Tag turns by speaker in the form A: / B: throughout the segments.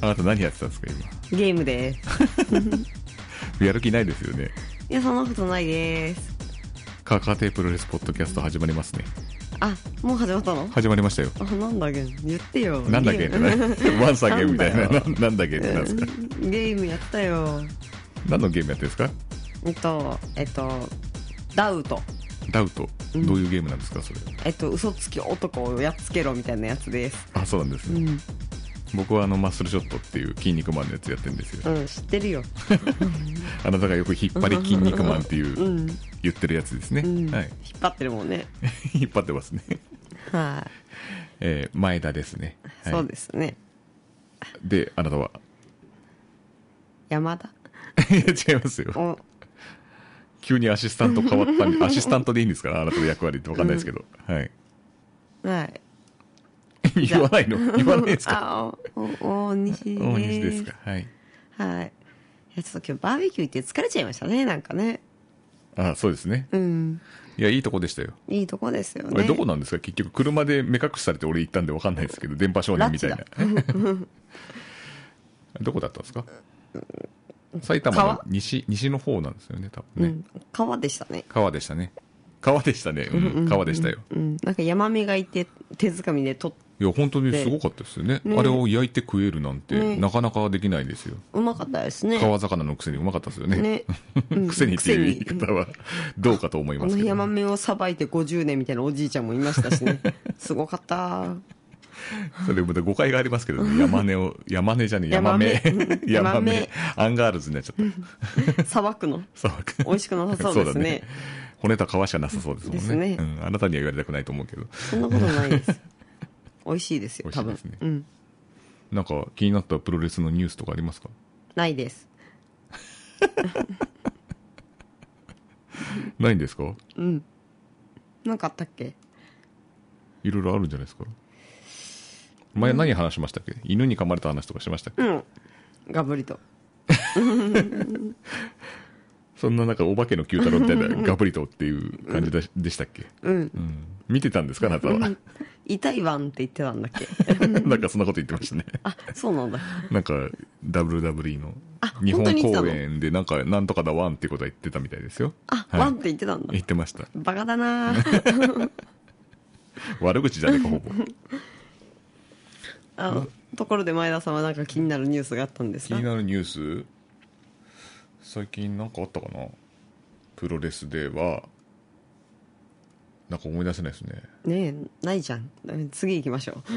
A: あなた何やってたんですか今
B: ゲームです
A: やる気ないですよね
B: いやそんなことないです
A: カーカーテープロレスポッドキャスト始まりますね
B: あもう始まったの
A: 始まりましたよ
B: あなんだっけ言ってよ
A: なんだっけ
B: ゲ
A: って
B: ー
A: な
B: ム
A: ワンサーゲームみたいな
B: な
A: ななんだっけってなんですか
B: うんゲームやったよ
A: 何のゲームやってるんですか
B: えっとえっとダウト
A: ダウト
B: うん
A: どういうゲームなんですかそれ
B: えっと嘘つき男をやっつけろみたいなやつです
A: あそうなんです
B: う
A: ね
B: ん、
A: 僕はあのマッスルショットっていう筋肉マンのやつやってるんですよ
B: うん、知ってるよ
A: あなたがよく引っ張り筋肉マンっていううん
B: 引っ
A: 言ってるやつですね
B: うん
A: はい
B: 張ってるもんね
A: 引っ張ってますね
B: は
A: えー前田ですね
B: い、
A: はい
B: そうですね
A: であなたは
B: 山田
A: いや違いますよ
B: お
A: 急にアシスタント変わったんで アシスタントでいいんですからあなたの役割って分かんないですけど、はい
B: はいじ
A: 言
B: ゃあ
A: わないの言わないですか
B: あおお大西です
A: 大西ですかはい
B: はいいやちょっと今日バーベキュー行って疲れちゃいましたねなんかね
A: あそうですね
B: うん
A: いやいいとこでしたよ
B: いいとこですよ
A: あれ
B: ね
A: どこなんですか結局車で目隠しされて俺行ったんで分かんないですけど電波少年みたいな どこだったんですか埼玉の
B: 川
A: 西西の方なんですよね多
B: う
A: 分ね、
B: ん、川でしたね
A: 川でしたね川でしたね、うん、川でしたよ
B: うんなんかヤマメがいて手づかみでとっ
A: いや本当にすごかったですよね
B: ね
A: あれを焼いて食えるなんて、
B: ね
A: なかなかできないですよ
B: うまかったですね
A: 川魚のくせにうまかったですよね
B: ね
A: くせにっていう言い
B: うん
A: 方はどうかと思い
B: あ
A: ます
B: の
A: け
B: ヤ
A: ど、
B: マメをさばいて50年みたいなおじいちゃんもいました しねすごかった
A: それまた誤解がありますけ どね山根を山根じゃねえ 山目
B: ヤマメうん
A: 山
B: ヤマ
A: 目
B: メ
A: アンガールズになっちゃった
B: さばくの
A: そうか
B: 美味しくなさそうですね
A: 骨と皮しかなさそうですもんね
B: ですね
A: うん、あなたには言われたくないと思うけど
B: そんなことない です美味しいですよ
A: 美味し
B: 多
A: いで
B: 分
A: すね
B: うん
A: なんか気になったプロレスのニュースとかありますか
B: ないです
A: ないんですか
B: うんなんかあったっけ
A: いろいろあるんじゃないですか前何話しましたっけ、犬に噛まれた話とかしましたっけ、
B: うんガブリと
A: そんななんかお化けの九太郎み たいなガブリとっていう感じで,、でしたっけ、
B: うん
A: うん、見てたんですかあなたはなん
B: 痛いワンって言ってたんだっ け
A: かそんなこと言ってましたね
B: あそうなんだ
A: なんか WWE の
B: あ
A: 日本
B: 本当に言ってた
A: 公
B: の
A: 演でなんかなんとかだワンってことは言ってたみたいですよ
B: あ、
A: はい
B: ワンって言ってたんだ
A: 言ってました
B: バカだなぁ
A: 悪口じゃねえかほぼ
B: あのところで前田さんはなんか気になるニュースがあったんです
A: 気
B: か
A: になるニュース最近なんかあったかなプロレスではなんか思い出せないです ね
B: ねえないじゃん次行きましょ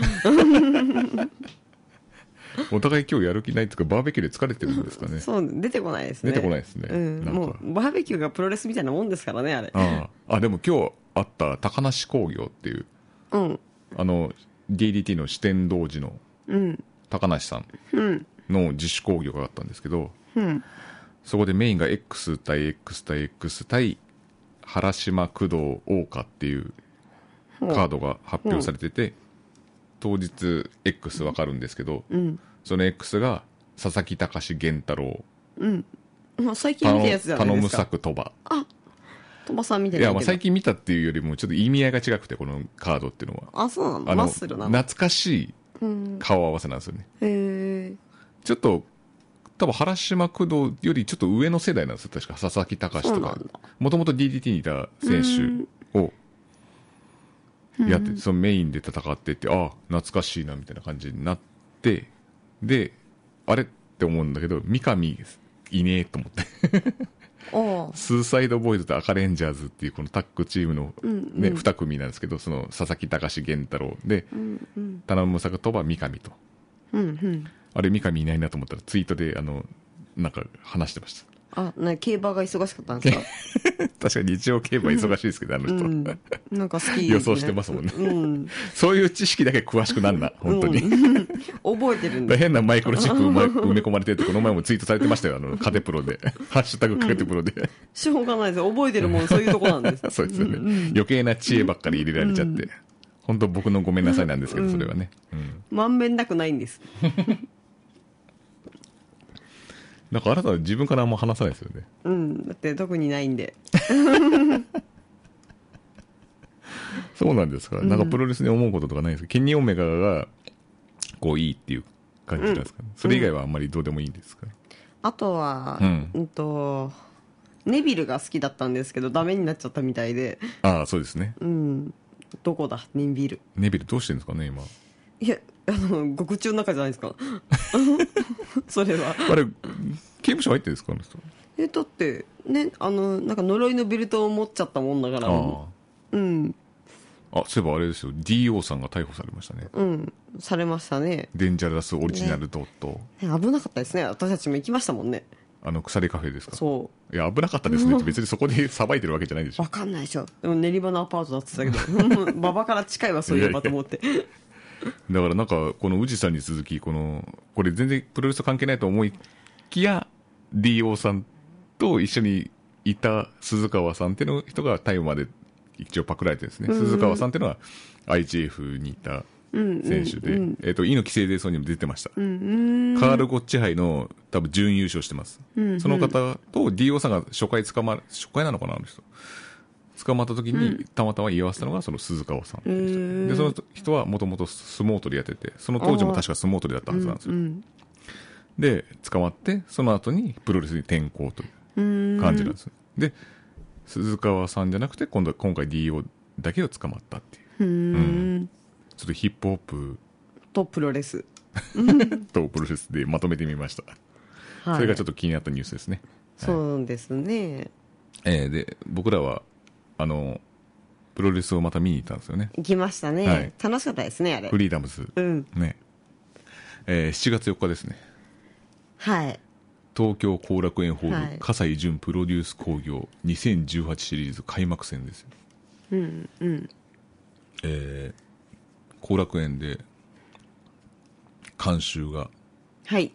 A: お互い今日やる気ないとかバーベキューで疲れてるんですか
B: う
A: ね
B: そう出てこないですね
A: 出てこないですね
B: うん、
A: なんか
B: もうバーベキューがプロレスみたいなもんですからねあれ
A: あああでも今日あった高梨工業っていう
B: うん
A: あの DDT の四天王寺の
B: うん
A: 高梨さん
B: うん
A: の自主工業があったんですけど
B: うん
A: そこでメインが X 対 X 対 X 対原島工藤桜花っていうカードが発表されてて、当日 X わかるんですけど、
B: うん
A: その X が佐々木隆源太郎
B: まあ最近見た
A: 頼
B: やつじゃない
A: 頼
B: で
A: む
B: すか
A: 作鳥羽
B: 鳥羽さんみたい
A: い
B: な
A: やまあ最近見たっていうよりもちょっと意味合いが違くてこのカードっていうのは
B: あそうなの
A: あ
B: マ
A: の
B: ッスルなの
A: 懐かしい
B: うん
A: 顔合わせなんですよね
B: へえ
A: ちょっと多分原島工藤よりちょっと上の世代なんですよ確か佐々木隆
B: そ
A: と
B: うな
A: か
B: んだ
A: もともと DDT にいた選手をやってそのメインで戦ってってああ懐かしいなみたいな感じになってであれって思うんだけど三上いねえと思って
B: おう
A: スーサイドボーイズと赤レンジャーズっていうこのタッグチームの、
B: うんうん
A: ね2組なんですけどその佐々木隆源太郎で
B: うんうん
A: 頼む作とは三上と
B: うんうん
A: あれ三上いないなと思ったらツイートであのなんか話してました
B: あな競馬が忙しかったんですか
A: 確かに日曜競馬忙しいですけど、あの
B: う
A: 人、
B: ん、なんか好き、
A: 予想してますもんね
B: うん、
A: そういう知識だけ詳しくなんな、本当に。
B: 覚えてるん
A: だ
B: だ
A: 変なマイクロチップ埋め埋め込まれてるって、この前もツイートされてましたよ、あの、カテプロ で。ハッシュタグカテプロで。
B: しょうがないです覚えてるもんそういうとこなんです
A: そうですよね。余計な知恵ばっかり入れられちゃって。本当僕のごめんなさいなんですけど、それはね。うん。
B: まんべんなくないんです
A: なんかあなたは自分からあんま話さないですよね。
B: うんだって特にないんで
A: そうなんですか。なんかプロレスに思うこととかないですか。ケニーオメガが、こういいっていう感じなんですかね、それ以外はあんまりどうでもいいんですか、
B: あとは、
A: う
B: うんん、と、ネビルが好きだったんですけど、ダメになっちゃったみたいで、
A: ああそうですね
B: うん、どこだ、ネビル。
A: ネビルどうしてるんですかね今
B: いや、あの、獄中の中じゃないです か。それは。
A: あれ刑務所入ってるんですかあの人
B: え、だって、ね、あの、なんか呪いのベルトを持っちゃったもんだから、
A: あ
B: うん、
A: ああそういえばあれですよ DO さんが逮捕されましたね
B: うん、されましたね。
A: デンジャラスオリジナルドット、
B: ね危なかったですね。私たちも行きましたもんね。
A: あの鎖カフェですか
B: そ
A: いや危なかったですねって別にそこでさばいてるわけじゃないでし
B: う。
A: ょ
B: わかんないでしょ。でも練馬のアパートだって言ってたけ ど、馬場から近いわ、そういえばと思って。
A: だからなんかこの宇治さんに続きこのこれ全然プロレスと関係ないと思いきや DO さんと一緒にいた鈴川さんっていうの人がタイまで一応パクられてるんですね、鈴川さんっていうのは IGF にいた選手で、えっと猪木清麗荘にも出てました、カール・ゴッチ杯の多分準優勝してます、その方と DO さんが初回捕まる初回なのかなあの人捕まった時にたまたま居合わせたのがその鈴川さんっていう人でその人はもともと相撲取りやっててその当時も確か相撲取りだったはずなんですよ、で捕まってその後にプロレスに転向という感じなんですよで鈴川さんじゃなくて今度は今回 DO だけを捕まったっていう
B: うん。
A: ちょっとヒップホップ
B: とプロレス。
A: とプロレスでまとめてみました、
B: は
A: そ
B: い、
A: れがちょっと気になったニュースですね、
B: そうですね。
A: えーで僕らはあのプロレスをまた見に行ったんですよね
B: 行きましたね、
A: はい
B: 楽しかったですね、あれ
A: フ。リーダムズ、
B: うん。
A: ねえー7月4日ですね
B: はい。
A: 東京後楽園ホール、
B: はい
A: 葛西潤プロデュース工業2018シリーズ開幕戦ですようんうんえー後楽園で観衆が
B: はい。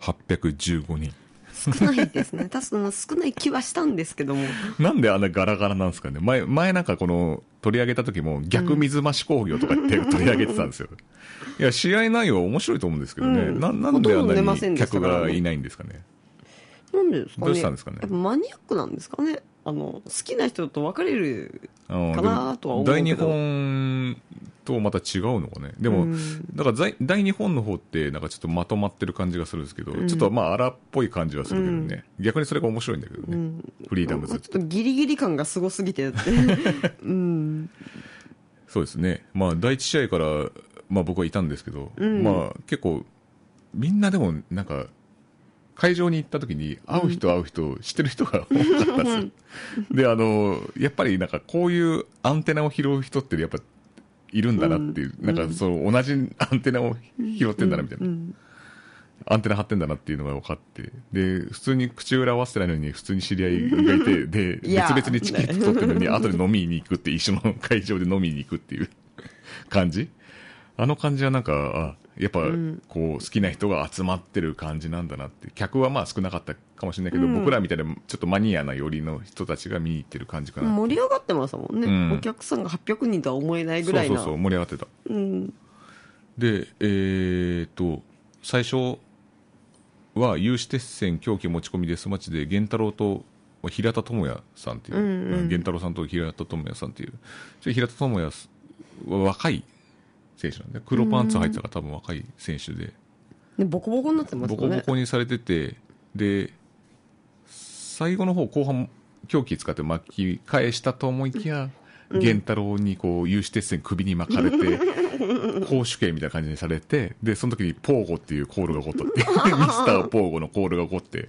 A: 815人
B: 少ないですね。 確かに少ない気はしたんですけども。
A: なんであんなガラガラなんですかね前前なんかこの取り上げた時も逆水増し工業とか言って取り上げてたんですよ、いや試合内容は面白いと思うんですけどね、
B: うん
A: ななんであん
B: ほとんど出
A: な
B: ません
A: に
B: でした
A: 客
B: からね
A: がいないんですかね
B: なんでですかね。
A: どうしたんですかね
B: やっぱマニアックなんですかね。あの、好きな人と別れる。
A: あー
B: かなとは思うけど
A: でも大日本とまた違うのかねでも、
B: うん
A: だから在大日本の方ってなんかちょっとまとまってる感じがするんですけど、ちょっとまあ荒っぽい感じはするけどね、逆にそれが面白いんだけどね、フリーダム
B: ち
A: ズ
B: ょ
A: っ
B: ってとギリギリ感がすごす ぎて。うん。
A: そうですね、まあ、第一試合から、まあ、僕はいたんですけど、まあ、結構、みんなでも、なんか、会場に行った時に、会う人、会う人、知ってる人が多かったんですよ。 で、あの、やっぱりなんか、こういうアンテナを拾う人って、やっぱ、いるんだなっていう、なんか、その、同じアンテナを拾ってんだな、みたいな。アンテナ張ってんだなっていうのが分かって、で、普通に口裏合わせてないのに、普通に知り合いがいて、で、別
B: いや
A: 々にチケット取ってるのに、後で飲みに行くって、一緒の会場で飲みに行くっていう感じあの感じはなんか、あやっぱ、こう、好きな人が集まってる感じなんだなって、客はまあ少なかったかもしれないけど、僕らみたいな、ちょっとマニアな寄りの人たちが見に行ってる感じかな。
B: 盛り上がってましたもんね、
A: うん
B: お客さんが800人とは思えないぐ
A: そ
B: ら
A: う
B: い
A: そう
B: な。
A: そう、盛り上がってた。
B: うん。
A: で、えー、と、最初は有刺鉄線狂気持ち込みデスマッチで、源太郎と平田智也さんっていう、
B: うんうん
A: 源太郎さんと平田智也さんっていう、ちょ平田智也は若い選手なんで、黒パンツ入ってたから多分若い選手で、
B: で、ボコボコになってます
A: ボ
B: よ
A: コボ
B: ね。
A: コにされてて、で、最後の方、後半、狂気使って巻き返したと思いきや、源太郎にこう、有刺鉄線首に巻かれて、公主刑みたいな感じにされて、で、その時にポーゴっていうコールが起こったって。 ミスターポーゴのコールが起こって。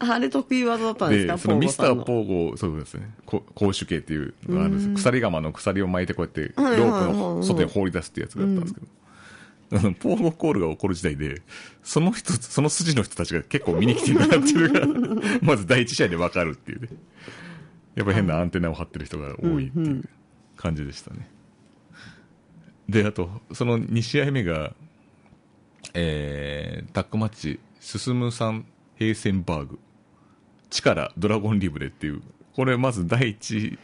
B: あれ得意技だったんですか、
A: で、そのミスター
B: ー
A: ポーゴ、そうですね、こ公主刑っていうのがあるんですよ鎖釜の鎖を巻いてこうやって、ロ
B: はいはいはいはい
A: ープの外に放り出すってやつがあったんですけど。あのポーゴコールが起こる時代で、その人、その筋の人たちが結構見に来てるなって いうのが、まず第一試合でわかるっていうね。やっぱ変なアンテナを張ってる人が多いっていう感じでしたね。で、あと、その2試合目が、えー、タッグマッチ、進むさん、ヘイセンバーグ、力、ドラゴンリブレっていう、これまず第一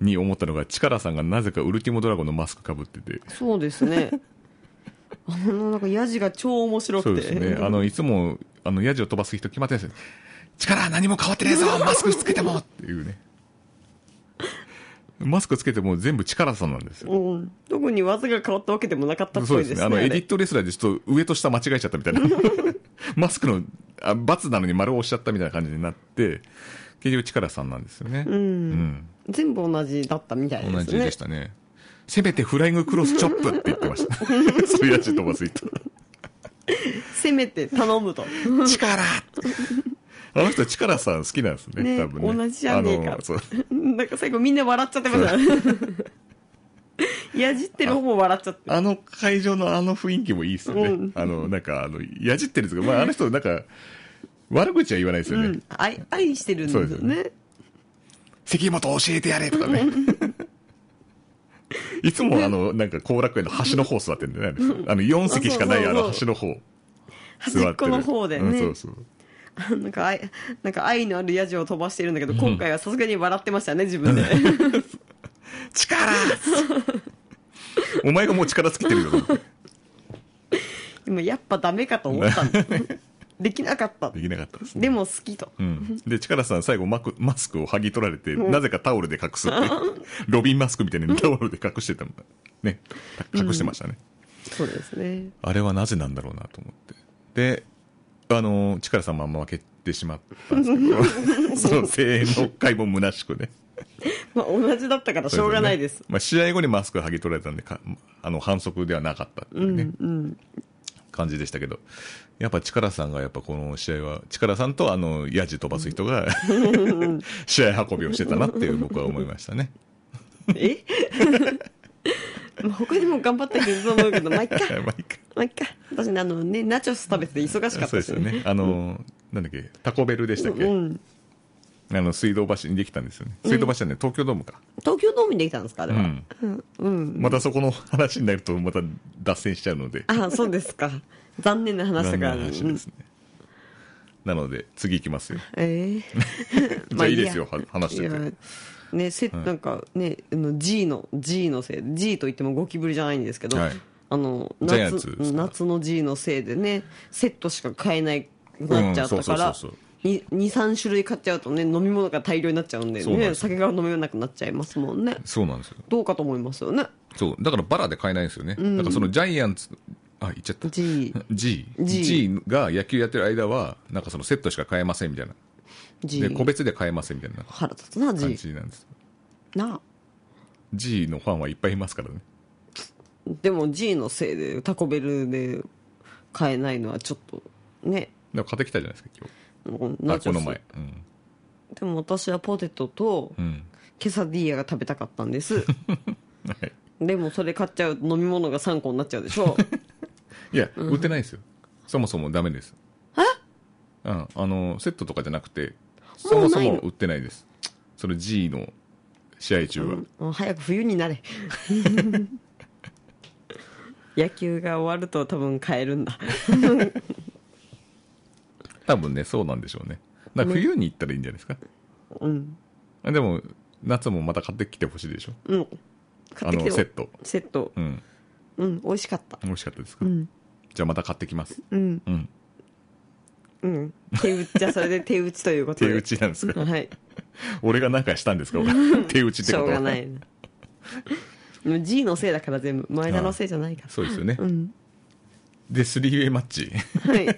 A: に思ったのが、力さんがなぜかウルティモドラゴンのマスクかぶってて、
B: そうですね。あの、なんかヤジが超面白
A: そう
B: く
A: で
B: て。
A: すね、あの、いつも、あの、ヤジを飛ばす人決まってないです よ。力、何も変わってねえぞマスクつけてもっていうね。マスクつけても全部力さんなんですよ。
B: うん、特に技が変わったわけでもなかったっ
A: そう
B: ぽい
A: ですね。
B: ですね。
A: あの、
B: れ
A: エディットレスラーでちょっと上と下間違えちゃったみたいな。 マスクの、あ、×なのに丸を押しちゃったみたいな感じになって、結局力さんなんですよね。
B: う。
A: うんん。
B: 全部同じだったみたいです
A: 同
B: ね。
A: じでしたね。せめてフライングクロスチョップって言ってました。 そういうやつ飛ばす人。
B: せめて頼むと。
A: 力あの人、力さん好きなんですね、
B: ね
A: 多分ね。
B: 同じじゃねえか
A: あのそう
B: なんか最後みんな笑っちゃってましたね。やじってる方も笑っちゃって。
A: あの会場のあの雰囲気もいいですよね。
B: うん
A: あの、なんか、あの、やじってるんですけど、まあ、あの人、なんか、悪口は言わないですよ
B: う
A: ね。
B: ん、愛愛してるんですよ
A: そうです
B: ね。
A: 関本教えてやれとか ね。いつもあの、なんか後楽園の端の方座ってんだよね。あの、4席しかないあの端の方座ってる。
B: 端っこの方でね
A: うん、そうそう。
B: なんか愛、なんか愛のあるヤジを飛ばしてるんだけど、今回はさすがに笑ってましたね、自分で。
A: 力お前がもう力尽きてるよ。
B: 今やっぱダメかと思ったんだ。できなかった。
A: できなかったですね。
B: でも好きと。
A: うん、で、チカラさん最後マクマスクを剥ぎ取られて、なぜかタオルで隠すっていう。ロビンマスクみたいにタオルで隠してたもんね。隠してましたね。
B: そうですね。
A: あれはなぜなんだろうなと思って。で、あの、チカラさんもあんま負けてしまったんですけど、その声援の回も虚しくね。
B: まあ同じだったからしょうがないです。
A: まあ、試合後にマスク剥ぎ取られたんでか、あの、反則ではなかったっていううね、
B: んうん。
A: 感じでしたけど、やっぱチカラさんがやっぱこの試合は、チカラさんとあの、ヤジ飛ばす人が、試合運びをしてたなっていう僕は思いましたね。
B: え まあ他にも頑張ったけど思うけど、まあいっか。
A: まあいいか
B: まあいっか。私ね、あのね、ナチョス食べてて忙しかっ
A: そ
B: た
A: うですよ。ね。あの、なんだっけ、タコベルでしたっけ、
B: うん。
A: あの、水道橋にできたんですよね。水道橋はね、東京ドームか。
B: 東京ドームにできたんですかあれ
A: う
B: は。
A: ん。またそこの話になると、また脱線しちゃうので。
B: ああ、そうですか。残念な話だ
A: 残念
B: か
A: な
B: ら。
A: 話ですね。なので、次行きますよ。
B: ええ
A: じゃあいいですよ、は話して
B: いや
A: て。
B: ねせなんかねあの G の G のせい G と言ってもゴキブリじゃないんですけど、
A: はい
B: あの
A: ジャイアンツ
B: 夏
A: ですか
B: 夏の G のせいでねセットしか買えないなっちゃったか
A: う
B: ら
A: んそうそうそうそう
B: 23種類買っちゃうとね飲み物が大量になっちゃうんで,、
A: そうなんで
B: ね、
A: すよ
B: 酒が飲めなくなっちゃいますもんね
A: そうなんですよ。
B: どうかと思いますよね
A: そう。だからバラで買えないんですよね。だからそのジャイアンツ、あ、言っちゃった。
B: G
A: G。
B: G
A: G が野球やってる間は、なんかそのセットしか買えませんみたいな。で、
B: G
A: 個別で買えませんみたいな
B: 腹立つな
A: 感
B: G
A: じなんです。
B: なあ
A: G のファンはいっぱいいますからね。
B: でも G のせいでタコベルで買えないのはちょっとね
A: でも買ってきたじゃないですか、今
B: もう
A: 日。
B: ナ
A: あ、
B: チ
A: こ
B: ョ
A: の
B: ス
A: 前。うん。
B: でも私はポテトと
A: うん。
B: ケサディーヤが食べたかったんです
A: はい。
B: でもそれ買っちゃうと飲み物が3個になっちゃうでし ょ
A: いや、売ってないですよ。そもそもダメです。えうん。あの、セットとかじゃなくて、そ
B: も
A: も
B: う
A: そ
B: ないの
A: も売ってないです。それ G の試合中は。
B: もう早く冬 になれ野球が終わると多分買えるんだ
A: 多分ね、そうなんでしょうね。だから冬に行ったらいいんじゃないですか。
B: うん
A: あでも、夏もまた買ってきてほしいでしょ。
B: うん買
A: あ
B: って
A: の、
B: きて
A: セ
B: よ
A: ット。
B: セット
A: うん。
B: うん美味しかった
A: 美味しかったですか、じゃあまた買ってきます。
B: うん
A: うん。
B: うん手打ちじゃあそれで手打ちということ
A: 手
B: で
A: 打ちなんですか、
B: はい
A: 俺が何かしたんですか俺手打ちって
B: し
A: こ
B: ょ
A: と
B: う
A: は
B: がないなもう G のせいだから全部前田のせいじゃないから
A: そうですよね。
B: ん
A: で、3ウェイマッチ。
B: はい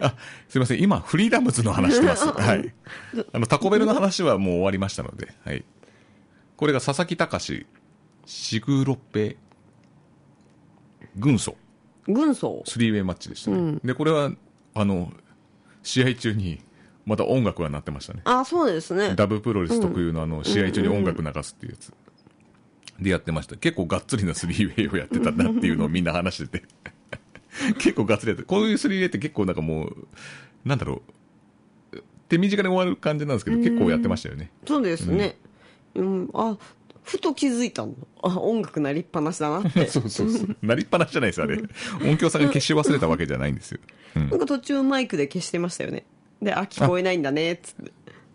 A: あ、すいません。今、フリーダムズの話して ます。はい。あの、タコベルの話はもう終わりましたので、はい。これが佐々木隆、シグロッペ、軍曹、
B: 軍曹
A: スリーウェイマッチでしたね。で、これは、あの、試合中に、また音楽が鳴ってましたね。
B: あそうですね
A: ダブプロレス特有のあの、試合中に音楽流すっていうやつ。でやってました。結構がっつりなスリーウェイをやってたなっていうのをみんな話してて。 結構がっつりやって、こういうスリーウェイって結構なんかもう、なんだろう。手短に終わる感じなんですけど、結構やってましたよね。
B: そうですね、うんあふと気づいたのあ音楽なりっぱなしだなって
A: そうそうそう。なりっぱなしじゃないです、あれ。音響さんが消し忘れたわけじゃないんですよ。うん
B: なんか途中マイクで消してましたよねであ聞こえないんだねっつって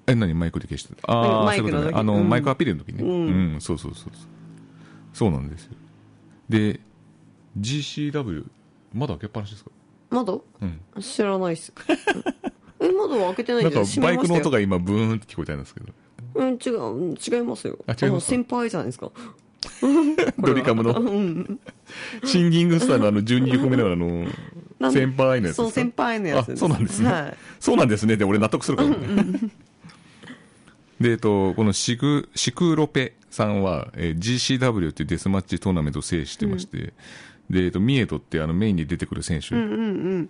A: え、何マイクで消してたああ、
B: マ
A: そ
B: イ
A: ういう
B: ク
A: こ
B: の
A: とね。
B: 時
A: あの、
B: うん
A: マイクアピールの時ね。うん、そうそうそうそう。そうなんですよ。で、GCW、まだ開けっぱなしですか
B: 窓
A: うん。
B: 知らないっすえ窓は開けてない
A: なん
B: け
A: か
B: ど閉
A: バ
B: め
A: イ
B: ま
A: ク
B: し
A: の音
B: たよ
A: が今ブーンって聞こえたんですけど。
B: うん、違う、違いますよ。
A: あ違いますか
B: 先輩じゃないですか。
A: ドリカムの、
B: うん。
A: シンギングスターのあの12個目のあの
B: な、ん
A: 先輩のやつですか
B: そう、先輩のやつ
A: あ、そうなんですね。
B: はい。
A: そうなんですね。で、俺納得するから、ね。で、えっと、このシク、シクロペさんは、えー GCW っていうデスマッチトーナメントを制してまして、で、えっと、ミエトってあのメインに出てくる選手
B: うんうんうん。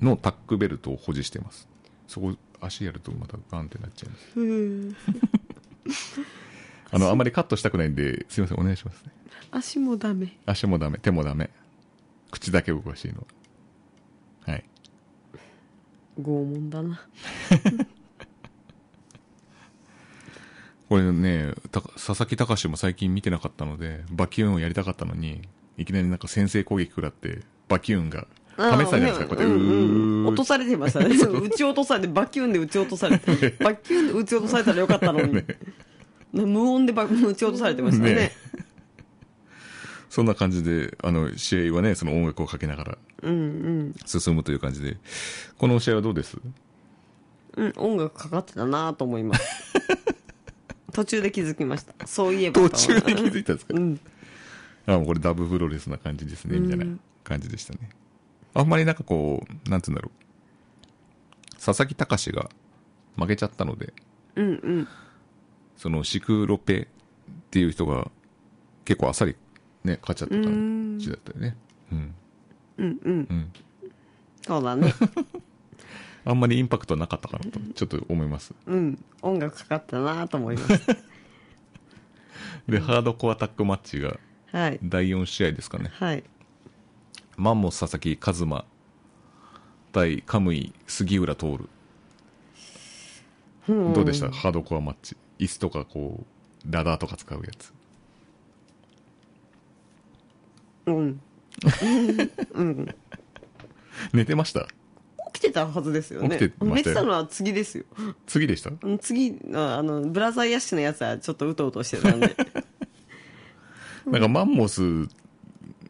A: のタックベルトを保持してます。そこ、足やるとまたガンってなっちゃいます。
B: ふう
A: あの、あまりカットしたくないんで、すいません、お願いしますね。
B: 足もダメ。
A: 足もダメ、手もダメ。口だけおかしいのは。はい。
B: 拷問だな。
A: これね、た佐々木隆も最近見てなかったので、バキューンをやりたかったのに、いきなりなんか先制攻撃食らって、バキューンが、試したじゃないですか、こうやって、う
B: うんうん、
A: ー
B: 落とされてました ね。打ち落とされて、バキュンで打ち落とされて、バキュンで打ち落とされたらよかったのに。な無音でば打ち落とされてましたね。
A: ねそんな感じで、あの、試合はね、その音楽をかけながら
B: うんうん。
A: 進むという感じで、この試合はどうです
B: うん、音楽かかってたなと思 います。途中で気づきました。そういえばと
A: 途
B: は。
A: 中で気づいたんですか
B: うん。
A: あ、もうこれダブプロレスな感じですね、みたいな感じでしたね。あんまりなんかこう、なんつうんだろう。佐々木隆が負けちゃったので、
B: うんうん。
A: そのシクロペっていう人が結構あっさりね、勝っちゃってた感じだったよね。うん。
B: うんうん。
A: うん。
B: そうだね。
A: あんまりインパクトはなかったかなと、ちょっと思います。
B: うん。音楽かかったなと思いま し
A: で、ハードコアタックマッチが
B: た。はい。
A: 第4試合ですかね。
B: はい。
A: マンモス佐々木一馬対カムイ杉浦徹。
B: ん
A: どうでしたハードコアマッチ。椅子とかこう、ラダーとか使うやつ。
B: うん。
A: 寝てました
B: 起きてたはずですよね。
A: 起きてましたよ
B: 寝てたのは次ですよ。
A: 次でした
B: うん次の、あの、ブラザーヤッシュのやつはちょっとうとうとしてたんで。
A: なんかマンモス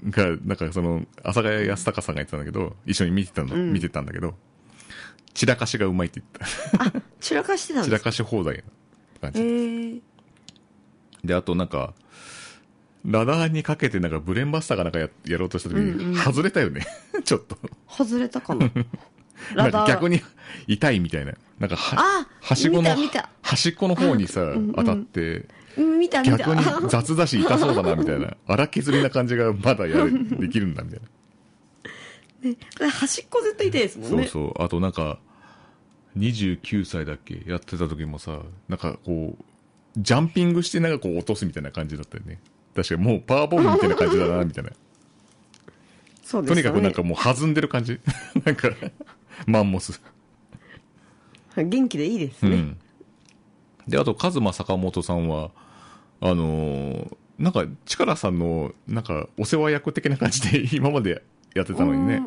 A: が、なんかその、阿佐ヶ谷康隆さんが言ってたんだけど、一緒に見てたの、見てたんだけど、散らかしがうまいって言っ
B: 散らかして
A: た。
B: たん
A: 散
B: で
A: ら
B: すか
A: かし放題な感
B: え
A: じ。
B: ー、
A: で、あとなんか、ラダーにかけてなんかブレンバスターかなんかややろうとした時に、外れたよね。 ちょっと。
B: 外れた かな
A: な
B: ラ
A: ん
B: ダ
A: か
B: ー。
A: 逆に痛いみたいな。なんかは
B: あ、
A: 端っこの
B: 見た見た、
A: 端っこの方にさ、当たって、
B: うん見た見た。
A: 逆に雑だし痛そうだなみたいな。荒削りな感じがまだやれ、できるんだみたいな。
B: あ 端っこ絶対痛いですもん
A: そう
B: ね。
A: そう。あとなんか、29歳だっけやってた時もさ、なんかこう、ジャンピングしてなんかこう落とすみたいな感じだったよね。確かにもうパワーボールみたいな感じだな、み たいな。
B: そうで
A: と
B: す
A: に
B: よね。
A: かくなんかもう弾んでる感じ。 なんか、マンモス。
B: 元気でいいです
A: う
B: ね。
A: ん。で、あと、カズマ坂本さんは、あのーなんか、チカラさんの、なんか、お世話役的な感じで今までやってたのにね。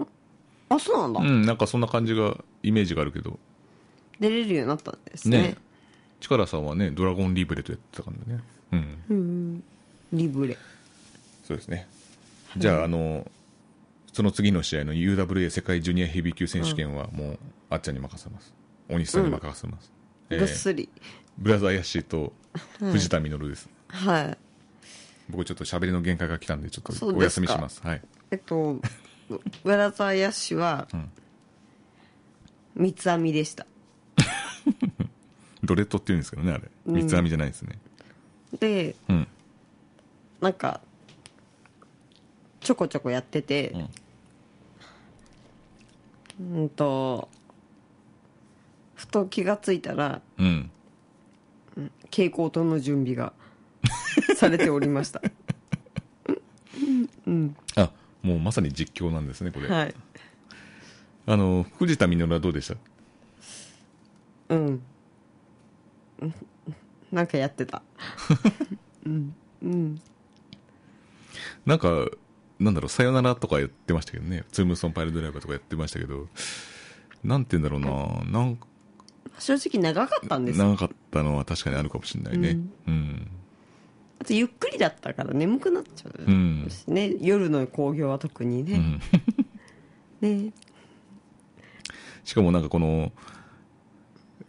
B: あ、そうなんだ。
A: うん、なんかそんな感じが、イメージがあるけど。
B: 出れるようになったんですね。
A: ねチカラさんはね、ドラゴンリーブレとやってたからね。うん。
B: うん。リブレ。
A: そうですね。じゃあ、あの、その次の試合の UWA 世界ジュニアヘビー級選手権はもう、あっちゃんに任せます。大西さんに任せます。え
B: ぐ
A: ー
B: っすり。
A: ブラザーヤッシーと藤田実です。
B: はい。
A: 僕ちょっと喋りの限界が来たんで、ちょっと
B: そう
A: お
B: です
A: 休
B: か
A: みします。はい。
B: えっと、ブラザーヤッシュは、
A: ん
B: 三つ編みでした。
A: ドレッドって言うんですけどね、あれ。三つ編みじゃないですね。
B: で、
A: うん。
B: なんか、ちょこちょこやってて、うん、と、ふと気がついたら、
A: うん。
B: 蛍光灯の準備 がされておりました。
A: あ、もうまさに実況なんですね、これ。
B: はい。
A: あの、藤田実はどうでした
B: うん。うんなんかやってた。
A: なんか、なんだろう、さよならとかやってましたけどね。ツームソンパイルドライバーとかやってましたけど、なんて言うんだろうな、なんか、
B: 正直長かったんですよ。
A: 長かったのは確かにあるかもしれないね。うん。
B: あとゆっくりだったから眠くなっちゃ
A: う。
B: うんしね。夜の興行は特に
A: う
B: ね。
A: ん。
B: ね
A: しかもなんかこの、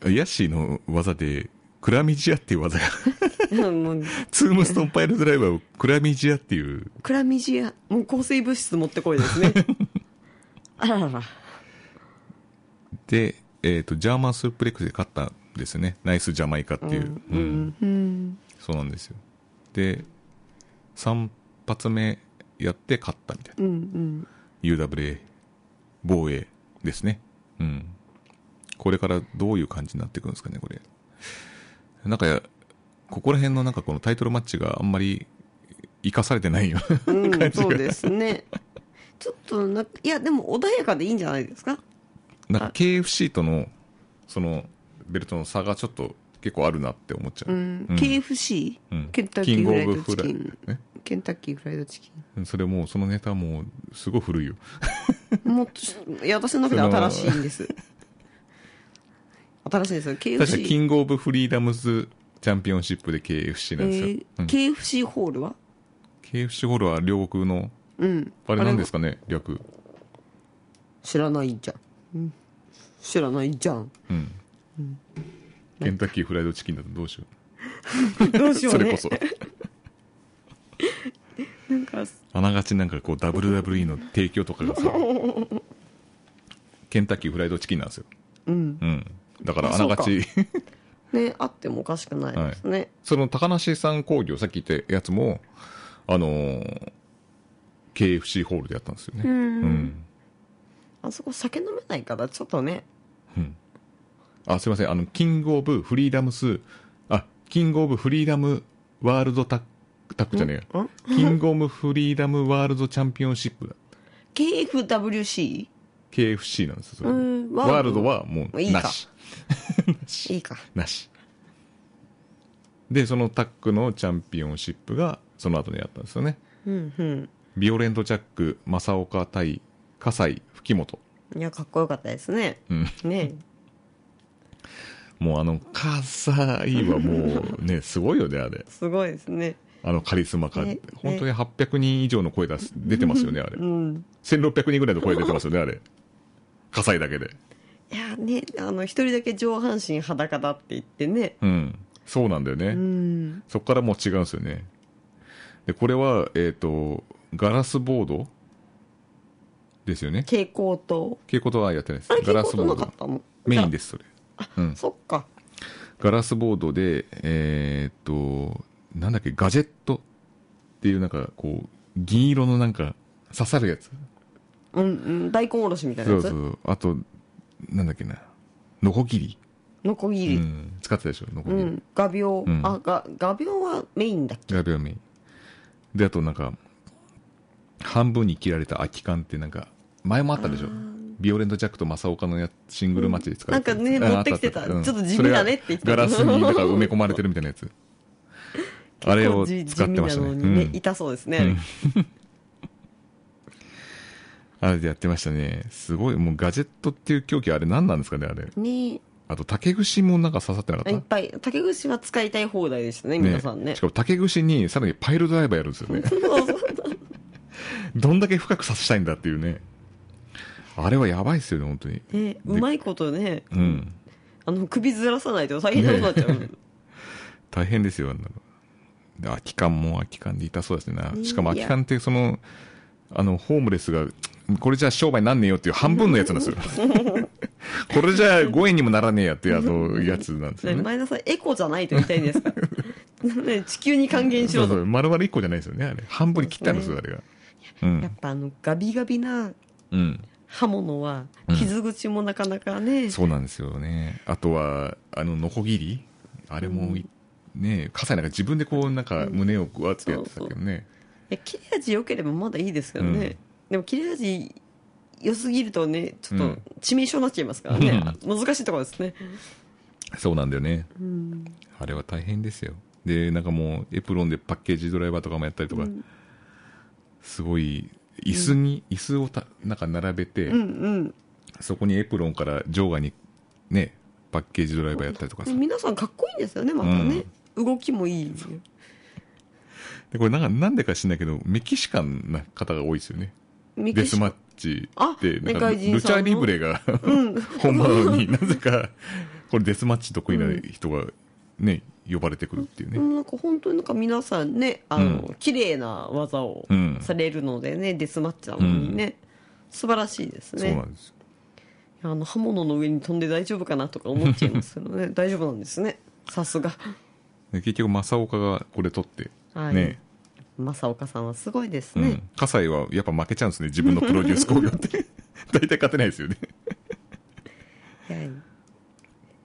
A: ヤッシーの技で、クラミジアっていう技が、
B: もう
A: ツームストンパイルドライバーをクラミジアっていう、
B: クラミジアもう抗生物質持ってこいですねあららら
A: で、えっ、と、ジャーマンスープレックスで勝ったんですね。ナイスジャマイカっていう。
B: うんうんうん
A: そうなんですよ。で、3発目やって勝ったみたい
B: うんうん
A: な。UWA、防衛ですね。うん。これからどういう感じになっていくんですかね、これ。なんか、ここら辺のなんかこのタイトルマッチがあんまり生かされてないよ うな
B: う
A: 感
B: ん、
A: じが
B: そうですね。ちょっとなんか、いや、でも穏やかでいいんじゃないですか。
A: なんか KFC との、その、ベルトの差がちょっと結構あるなって思っちゃう。
B: うん、
A: うん
B: KFC、
A: うん
B: ケンタッキ
A: キングオ
B: ーフライ
A: ブ
B: ド
A: フ
B: チ
A: ラ
B: キ
A: イ
B: ン。
A: ね
B: ケンタッキーフライドチキ
A: それもう、そのネタもう、すごい古いよ。
B: ン。もっと、いや、私の中で新しいんです。新しいですよ。
A: 確か
B: KFC。
A: キングオブフリーダムズチャンピオンシップで KFC なんですよ。
B: えー KFC ホールは
A: うん KFC ホールは両国の、
B: うん。
A: あれなんです
B: か
A: かね、略。
B: 知らないじゃん。うん知らないじゃん。
A: うん。ケンタッキーフライドチキンだとどうしよ
B: どう
A: う。
B: しよう
A: そ
B: ね。
A: れこそ。
B: なんか、
A: あながちなんかこう WWE の提供とかがさ、ケンタッキーフライドチキンなんですよ。
B: うん。
A: うん。だからあながち、
B: ね、あってもおかしくないですね。
A: その高梨さん工業、さっき言ったやつも、あのー KFC ホールでやったんですよね。
B: うん
A: うん。
B: あそこ酒飲めないから、ちょっとね。
A: あ、すいません。あの、キングオブフリーダムス、あ、キングオブフリーダムワールドタック、タックじゃねえ
B: ん
A: よ。キングオブフリーダムワールドチャンピオンシップだ。
B: KFWC?
A: KFC なんですよ、それ
B: うんワールド
A: ワールドはもう、
B: いいか
A: なし。
B: いいか。
A: なし。で、そのタックのチャンピオンシップが、その後にやったんですよね。
B: うんうん。
A: ビオレント・ジャック、正岡対、葛西、吹本。
B: いや、かっこよかったですね。
A: うん。
B: ね
A: もうあの、葛西はもうね、すごいよね、あれ。
B: すごいですね。
A: あのカリスマ感
B: ね。
A: 本当に800人以上の声出す出てますよね、あれ
B: う。ん。
A: 1600人ぐらいの声出てますよね、あれ。火災だけで。
B: いや、ね、あの、一人だけ上半身裸だって言ってね。
A: うん。そうなんだよね。
B: うん。
A: そこからもう違うんですよね。で、これは、えっ、と、ガラスボードですよね。
B: 蛍光灯。
A: 蛍光灯はやってないです
B: あれ、。
A: ガ
B: 蛍
A: ラス
B: 光
A: ボ
B: 灯な
A: ー
B: かっ
A: ド。
B: たの
A: メイン
B: で。
A: です、それ。うん。
B: そっか。
A: ガラスボードで、えっ、と、なんだっけ、ガジェットっていうなんか、こう、銀色のなんか、刺さるやつ。
B: うんうん。大根おろしみたいな
A: そ
B: や
A: う
B: つ。
A: そう。あと、なんだっけな。ノコギリ。
B: ノコ
A: う
B: ギリ。
A: ん。使ってたでしょ、ノコ
B: う
A: ギリ。
B: ん。画鋲
A: う。ん
B: あ、が、画鋲はメインだっけ
A: ガビオメインで、あとなんか、半分に切られた空き缶ってなんか、前もあったでしょ
B: あー
A: ビオレント・ジャックと正岡のやシングルマッチで使われてた
B: うんなんかね
A: あ
B: 持ってきてた
A: あああ
B: ちょっと地味だねって言って
A: そ
B: た
A: れがガラスになんか埋め込まれてるみたいなや つ。あれを使ってましたね。
B: 結構地地味なの
A: う
B: にね
A: ん
B: 痛そうですね。
A: うんあれでやってましたね。すごい、もうガジェットっていう競技あれ何なんですかね、あれ。
B: ね
A: あと竹串もなんか刺さってなか
B: いっ
A: っ
B: ぱい。竹串は使いたい放題でしたね、
A: た
B: 皆さんね
A: し。かも竹串にさらにパイルドライバーやるんですよね。
B: そう そう
A: どんだけ深く刺したいんだっていうね。あれはやばいっすよね、本当に。
B: ねうまいことね。
A: うん。
B: あの、首ずらさないと大変なことになっちゃう。
A: 大変ですよ、あんなの。で空き缶も空き缶で痛そうですねな。
B: ね
A: しかも空き缶って、その、あの、ホームレスが、これじゃ商売なんねえよっていう半分のやつなんですよ。 これじゃ5円にもならねえやっていう、あの、やつなんですよ
B: ね
A: ね。
B: 前田さん、エコじゃないと言いたいんで すかね地球に還元し
A: そ
B: ろ
A: うそ
B: と。
A: う、丸々1個じゃないですよね、あれ。半分に切ってあるんですよ、あれが。う
B: やっ
A: ん。
B: ぱあの、ガビガビな
A: うん。
B: 刃物は
A: うん、
B: 傷口もなかなかね、
A: そうなんですよね。あとは、あの、ノコギリあれもい、ね葛西なんか自分でこう、なんか胸をグワってやってたけどね。
B: いや切れ味良ければまだいいですけどね。でも切れ味良すぎるとね、ちょっ
A: う
B: と
A: ん
B: 致命傷になっちゃいますからね。難しいところですね。
A: そうなんだよね。
B: うん。
A: あれは大変ですよ。で、なんかもう、エプロンでパッケージドライバーとかもやったりとか、
B: うん
A: すごい、椅子に、椅子をた、なんか並べて、
B: うんうん。
A: そこにエプロンから場外に、ね、パッケージドライバーやったりとかさ。
B: 皆さんかっこいいんですよね、またね。動きもいい。
A: で、これなんか、なんでか知んないけど、メキシカンな方が多いですよね。
B: メ
A: デ
B: キ
A: ス
B: シ
A: マッチ
B: あ
A: で、なんか、
B: 世界人
A: ルチャ
B: さ
A: ー
B: んの
A: リブ レが、本場なのになぜか、これデスマッチ得意な人がね、呼ばれてくるっていう
B: う
A: ね。
B: んなんか本当になんか皆さんねあの、綺麗な技を
A: うん
B: されるのでね、デスマッチなのにね、素晴らしいで
A: そ
B: す
A: う
B: ね
A: なんです。
B: いやあの刃物の上に飛んで大丈夫かなとか思っちゃいますけど ね大丈夫なんですねさすが
A: で結局、正岡がこれ取って、
B: はい
A: ね。
B: 正岡さんはすごいです
A: う
B: ね
A: ん、葛西はやっぱ負けちゃうんですね、自分のプロデュース工業って。 大体勝てないですよね。
B: はい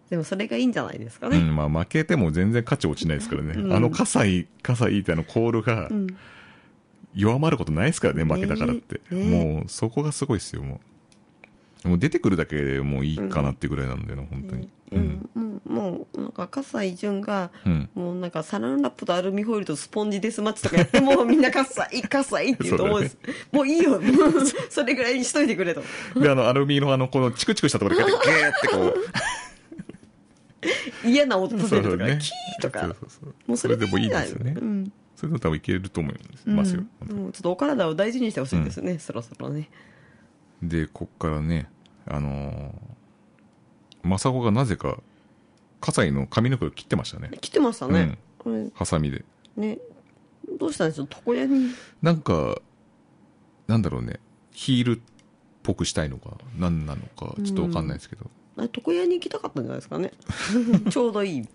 B: でもそれがいいんじゃないですか
A: う
B: ね、
A: ん、まあ負けても全然価値落ちないですからね。
B: うん
A: あの葛西、葛西ってあのコールが
B: うん
A: 弱まることないですからね、負けたからって。
B: ねね
A: もうそこがすごいですよ、もう。もう出てくるだけでもういいかなってぐらいなんだよな、本当に。う。
B: うんんもうもうなんか葛西潤が
A: うん。
B: もうなんかサランラップとアルミホイルとスポンジデスマッチとかやってもみんなカッサイカッサイって言うと思うんです、もういいよそれぐらいにしといてく れと
A: で、あの、アルミのあの、このチクチクしたところで、ゲーってこ う。
B: 嫌な音立てると
A: そ
B: か、
A: うそうね
B: キーとか
A: そうそうそう
B: もうそれで
A: それでもい
B: い
A: い
B: い
A: ですよね
B: うん
A: それでも多分いけると思います,、
B: うん
A: よ。
B: もうちょっとお体を大事にしてほしいですね、そろそろね
A: で、こっからね、あのー、マサがなぜか、葛西の髪の毛を切ってましたね。
B: 来てましたね、
A: ハサミで。
B: これねどうしたんでしょう床屋に
A: なんか、なんだろうね、ヒールっぽくしたいのか、何なのか、ちょっとわかんないですけど、
B: あ床屋に行きたかったんじゃないですかね ちょうどいい、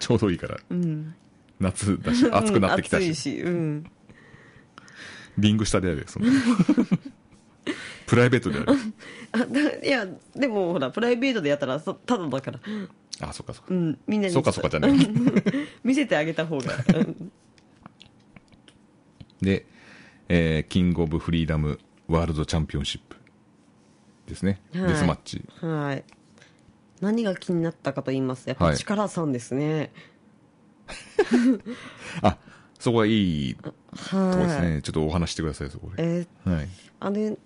A: ちょうどいいから、
B: うん、
A: 夏だし、暑くなってきた
B: うん
A: し、
B: 暑いし、うん、
A: リング下でやるよ、その プライベートでやる。
B: あだいやでもほらプライベートでやったらそただだから
A: あ、そっかそっか
B: う。ん、みんなに
A: そうかそうかじゃない。
B: 見せてあげた方が、うん
A: で、えーキングオブフリーダムワールドチャンピオンシップですね。
B: はい
A: デスマッチ。
B: はい何が気になったかと言いますとやっぱ
A: はい
B: り力さんですね
A: あ、そこはいいと
B: はい
A: こですね。ちょっとお話してください、そこで。
B: えー
A: はい。
B: あの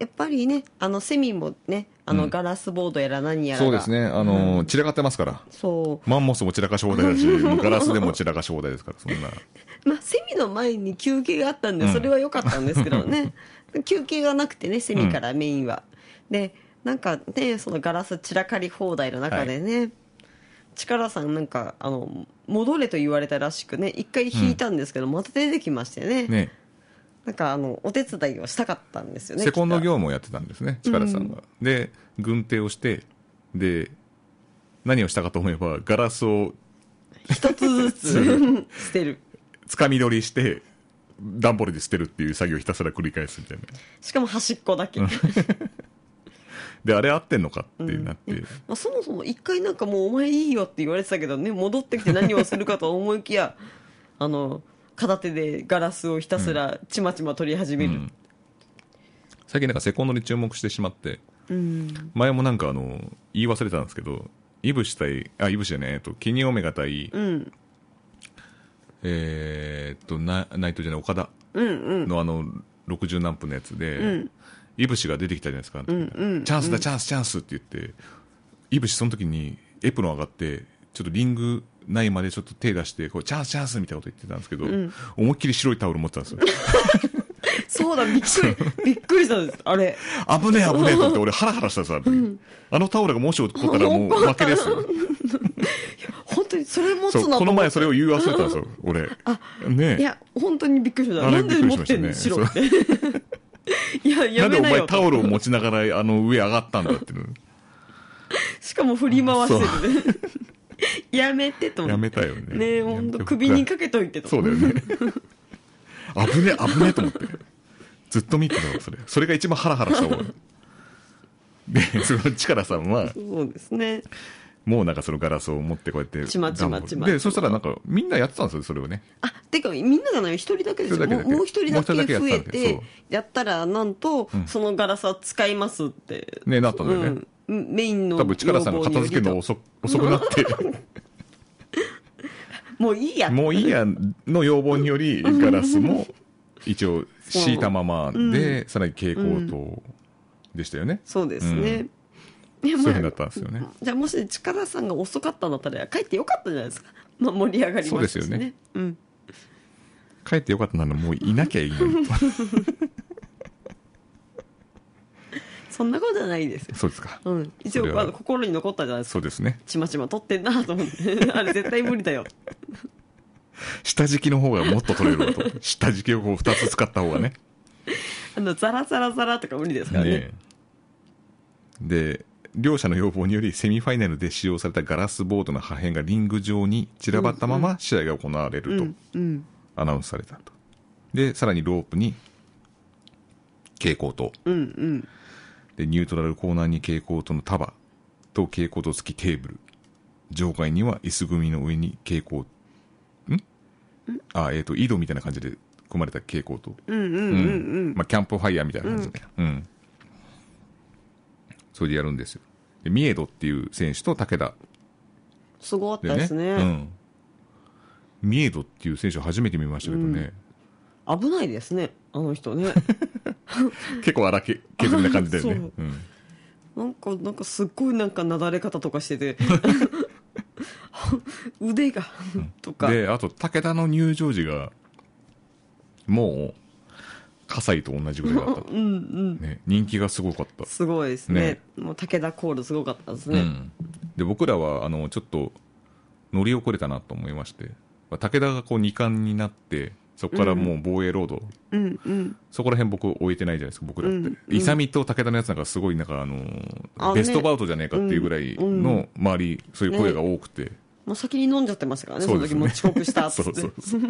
B: やっぱりねあのセミもねあの、
A: うん
B: ガラスボードやら何やらが
A: そうですね。あのー散らかってますから。
B: そ
A: マンモスも散らかし放題だし、ガラスでも散らかし放題ですから、そんな。
B: うまあセミの前に休憩があったん
A: う
B: で
A: ん
B: それは良かったんですけ どね、休憩がなくてねセミからメインは、でなんかねそのガラス散らかり放題の中でね、力さんなんかあの戻れと言われたらしくね一回引いたんですけど、また出てきまして ね
A: ね、
B: なんかあのお手伝いをしたかったんですよね
A: セコンド業務
B: 務
A: をやってたんですね、力さんが。で、軍手をして、で、何をしたかと思えば、ガラスを
B: 一つ ずつ 捨てる
A: つかみ取りして、段ボールで捨てるっていう作業をひたすら繰り返すみたいな。
B: しかも端っこだけ
A: で、あれ合ってんのかってなって、
B: まあ、そもそも一回なんかもうお前いいよって言われてたけどね戻ってきて何をするかと思い きやあの片手でガラスをひたすらちまちま取り始める、
A: うん最近なんかセコンドに注目してしまって、
B: うん
A: 前もなんかあの、言い忘れたんですけど、イブシ対、あ、イブシじゃねえ、えっと、キニオメガ対、
B: うん、
A: えーっと、なナイトじゃない、岡田
B: うんうん
A: のあの、60何分のやつで、
B: うん
A: イブシが出てきたじゃないですか、あの時
B: うんうん
A: チャンスだ、チャンス、チャンスって言って、イブシその時にエプロン上がって、ちょっとリング内までちょっと手出して、こうチャンス、チャンスみたいなこと言ってたんですけど、思いっきり白いタオル持ってたんですよ。
B: そうだびっくり びっくりしたんですあれ
A: 危ねえ、危ねえと思って俺ハラハラしたんですよ、あの時あのタオルがもし落っこったらもう負けですよ。
B: 本当にそれ持
A: そ
B: つ
A: う、
B: な
A: ことの
B: 思っ
A: 前
B: て
A: それを言い忘れたんですよ、俺。ね
B: いや本当にびっくりしました
A: あれ
B: なんで持ってん
A: び
B: の
A: っくりし
B: 白
A: ま
B: って いや
A: え。な
B: や
A: んで
B: め
A: お
B: な
A: 前
B: よ
A: タ
B: と
A: オルを持ちながら、あの、上上がったんだっていうの。
B: しかも振り回してる やめてと思
A: や
B: って
A: めたよね。
B: ねえ本当首にかけといてと
A: そうだよね。危ねえ、危ねえと思って。ずっと見てたわ、それ。それが一番ハラハラした俺。で、その力さんは、
B: そうですね
A: もうなんかそのガラスを持ってこうやって。
B: ちまちまちま
A: で、そしたらなんか、みんなやってたんですよ、それをね。
B: あてかみんなじゃない一人だけです
A: 一人だ
B: よ
A: けだ
B: もう
A: け
B: もう一人だ
A: もう一
B: け
A: 人だけ
B: 増
A: や
B: え
A: ったんだけど
B: てやったらなんと、
A: ん
B: そのガラスは使いますって
A: ね、なったんだよね。
B: うんメインの
A: 多分、力さんが片付けるの
B: 要望により
A: 遅く遅くなって、
B: ともういいや
A: もういいやの要望により、ガラスも一応敷いたままで、さらに蛍光灯でしたよね。
B: そうですね、いや
A: そういうふう
B: まあ
A: になったんですよね。
B: じゃあもし力さんが遅かったんだったら帰ってよかったじゃないですか、まあ、盛り上がりましたしね
A: そうですよね
B: うん、
A: 帰ってよかったならもういなきゃいいのに。
B: そんなことないですよ
A: そうですか。
B: うん一
A: それ
B: 応
A: は
B: あの心に残ったじゃないですか
A: そうですね。
B: ちまちま撮ってんなと思って あれ絶対無理だよ
A: 下敷きの方がもっと取れるわと。下敷きをこう2つ使った方がね。
B: あのザラザラザラとか無理ですからね
A: ねで、両者の要望により、セミファイナルで使用されたガラスボードの破片がリング上に散らばったまま試合が行われる
B: う
A: と
B: んうん
A: アナウンスされたと。で、さらにロープに蛍光灯。
B: うんうん
A: で、ニュートラルコーナーに蛍光灯の束と蛍光灯付きテーブル。場外には椅子組の上に蛍光、んあ、えっ、と、井戸みたいな感じで組まれた蛍光灯。
B: うんうんうんうん
A: まあ、キャンプファイヤーみたいな感じで、うんそれでやるんですよでミエドっていう選手と武田
B: すごかっ
A: で
B: た
A: ね
B: ですね、
A: うん、ミエドっていう選手初めて見ましたけどね、
B: 危ないですねあの 人ね
A: 結構荒け削りな感じだよね
B: そう
A: うん
B: なんかなんかすっごいなんかなだれ方とかし てて腕がとか
A: であと武田の入場時がもう葛西と同じぐらいだったと、
B: うんうん
A: ね、人気がすごかった
B: すごいですね
A: ね
B: もう武田コールすごかったです
A: う
B: ね、
A: ん、で僕らはあのちょっと乗り遅れたなと思いましてまあ武田がこう2冠になってそこからもう防衛ロード、
B: うん、うん
A: そこら辺僕置いてないじゃないですか僕らって、
B: うんうん
A: 勇と武田のやつなんかすごいなんかあの
B: あね
A: ベストバウトじゃねえかっていうぐらいの周り、そういう声が多くて、
B: もう先に飲んじゃってましたからねそ
A: そうですね
B: の時もう遅刻したっ つ
A: そ
B: っ
A: う
B: て
A: そうそう